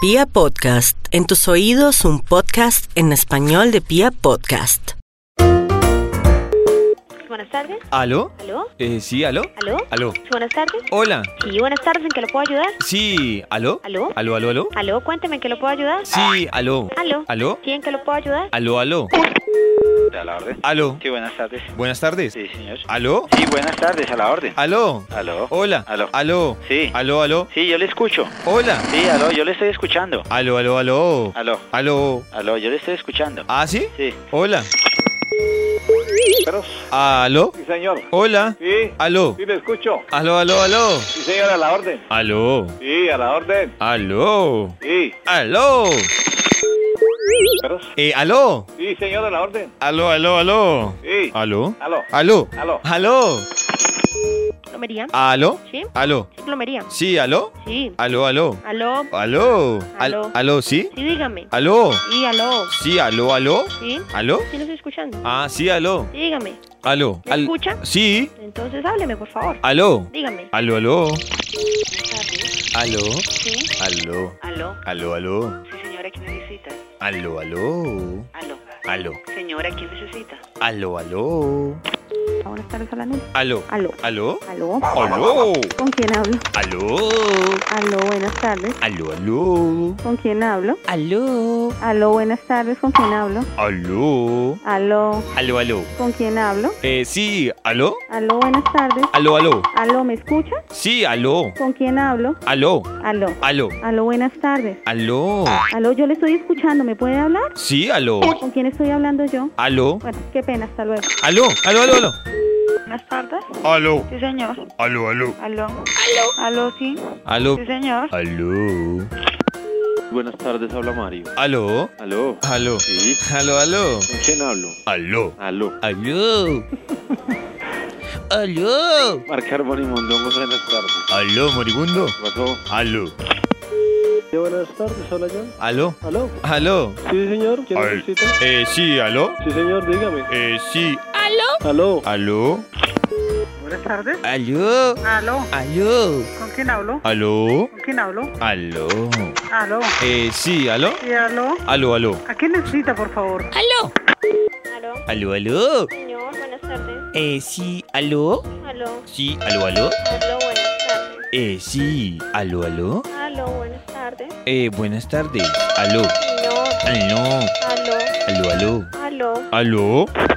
Pia Podcast, en tus oídos un podcast en español de Pia Podcast. Buenas tardes. ¿Aló? ¿Aló? Eh, sí, ¿aló? ¿Aló? ¿Aló? Sí, buenas tardes. Hola. Sí, buenas tardes. ¿En qué lo puedo ayudar? Sí, ¿aló? ¿Aló? ¿Aló, aló, aló? ¿Aló? Cuénteme, ¿en qué lo puedo ayudar? Sí, ¿aló? ¿Aló? ¿Aló? ¿Sí, en qué lo puedo ayudar? ¿Aló, aló? A la orden. ¿Aló? Ah, Sí, buenas tardes. Buenas tardes. Sí, señor. ¿Aló? Sí, buenas tardes, a la orden. ¿Aló? Aló. Hola. Aló. ¿Aló? Sí. ¿Aló, aló? Sí, yo le escucho. Hola. Sí, aló, yo le estoy escuchando. ¿Aló, aló, aló? Aló. ¿Aló? Aló, yo le estoy escuchando. ¿Ah, sí? Sí. Hola. Pero, ¿Aló? sí, señor. Hola. Sí, Ah. ¿Aló? sí, le escucho. ¿Aló, aló, aló? Sí, señor, a la orden. ¿Aló? Sí, a la orden. ¿Aló? Sí, ¿Aló? pero, Eh, ¿aló? sí, señor, a la orden. ¿Aló, aló, aló? Sí. Ah. ¿Aló? Aló. ¿Aló? Aló. ¿Aló? ¿Plomería? ¿Aló? Sí. ¿Aló? Sí, plomería. Sí, ¿aló? Sí. ¿Aló, aló? ¿Aló? ¿Aló? Al- Aló. ¿Aló, sí? Sí, dígame. ¿Aló? Sí, aló. Sí, aló, aló. ¿Sí? ¿Aló? Sí, lo estoy escuchando. Ah, sí, aló. Sí, dígame. ¿Aló? ¿Me escucha? Sí. Entonces hábleme, por favor. ¿Aló? Dígame. ¿Aló, aló? ¿Aló? Sí. ¿Aló? Aló, ¿Aló, aló? sí señora, ¿quién necesita? ¿Aló, aló? Aló, ¿Aló? señora, ¿quién necesita? ¿Aló, aló? Buenas tardes, Alan. ¿Aló? Aló. ¿Aló? Aló. ¿Aló? ¿Con quién hablo? ¿Aló? Aló, buenas tardes. ¿Aló, aló? ¿Con quién hablo? ¿Aló? Aló, buenas tardes. ¿Con quién hablo? ¿Aló? Aló. ¿Aló, aló? ¿Con quién hablo? Eh, sí, ¿aló? Aló, buenas tardes. ¿Aló, aló? Aló, ¿me escucha? Sí, aló. ¿Con quién hablo? ¿Aló? Aló. ¿Aló? Aló, buenas tardes. ¿Aló? Aló, yo le estoy escuchando. ¿Me puede hablar? Sí, aló. ¿Con quién estoy hablando yo? ¿Aló? Bueno, qué pena. Hasta luego. ¿Aló? ¿Aló, aló, aló? Buenas tardes. ¿Aló? Sí, señor. ¿Aló, aló? Aló. Aló. Aló, sí. ¿Aló? señor. ¿Aló? Buenas tardes, habla Mario. ¿Aló? Aló. ¿Aló? Sí. ¿Aló, aló? ¿Con quién hablo? ¿Aló? Aló. ¿Aló? ¿Aló? Marcar Boni Mondongo, buenas tardes. ¿Aló, moribundo? ¿Qué pasó? ¿Aló? Sí, buenas tardes, habla John. ¿Aló? Aló. ¿Aló? Sí, señor. ¿Quién Al- necesita? Eh, sí, aló. Sí, señor, dígame. Eh, sí. Aló. ¿Aló? Buenas tardes. ¿Aló? Aló, ¿Aló? ¿con quién hablo? ¿Aló? ¿Con quién hablo? ¿Aló? Aló, Eh, sí, aló. sí, aló. ¿Aló, aló? ¿A quién necesita, por favor? Aló. ¿Aló, aló? Señor, buenas tardes. Eh, sí, aló. Aló. Sí, aló, aló. Aló, buenas tardes. Eh, sí, aló, aló. Aló, buenas tardes. Eh, buenas tardes. Aló, Señor. Aló. aló, aló, aló. Aló. ¿Aló?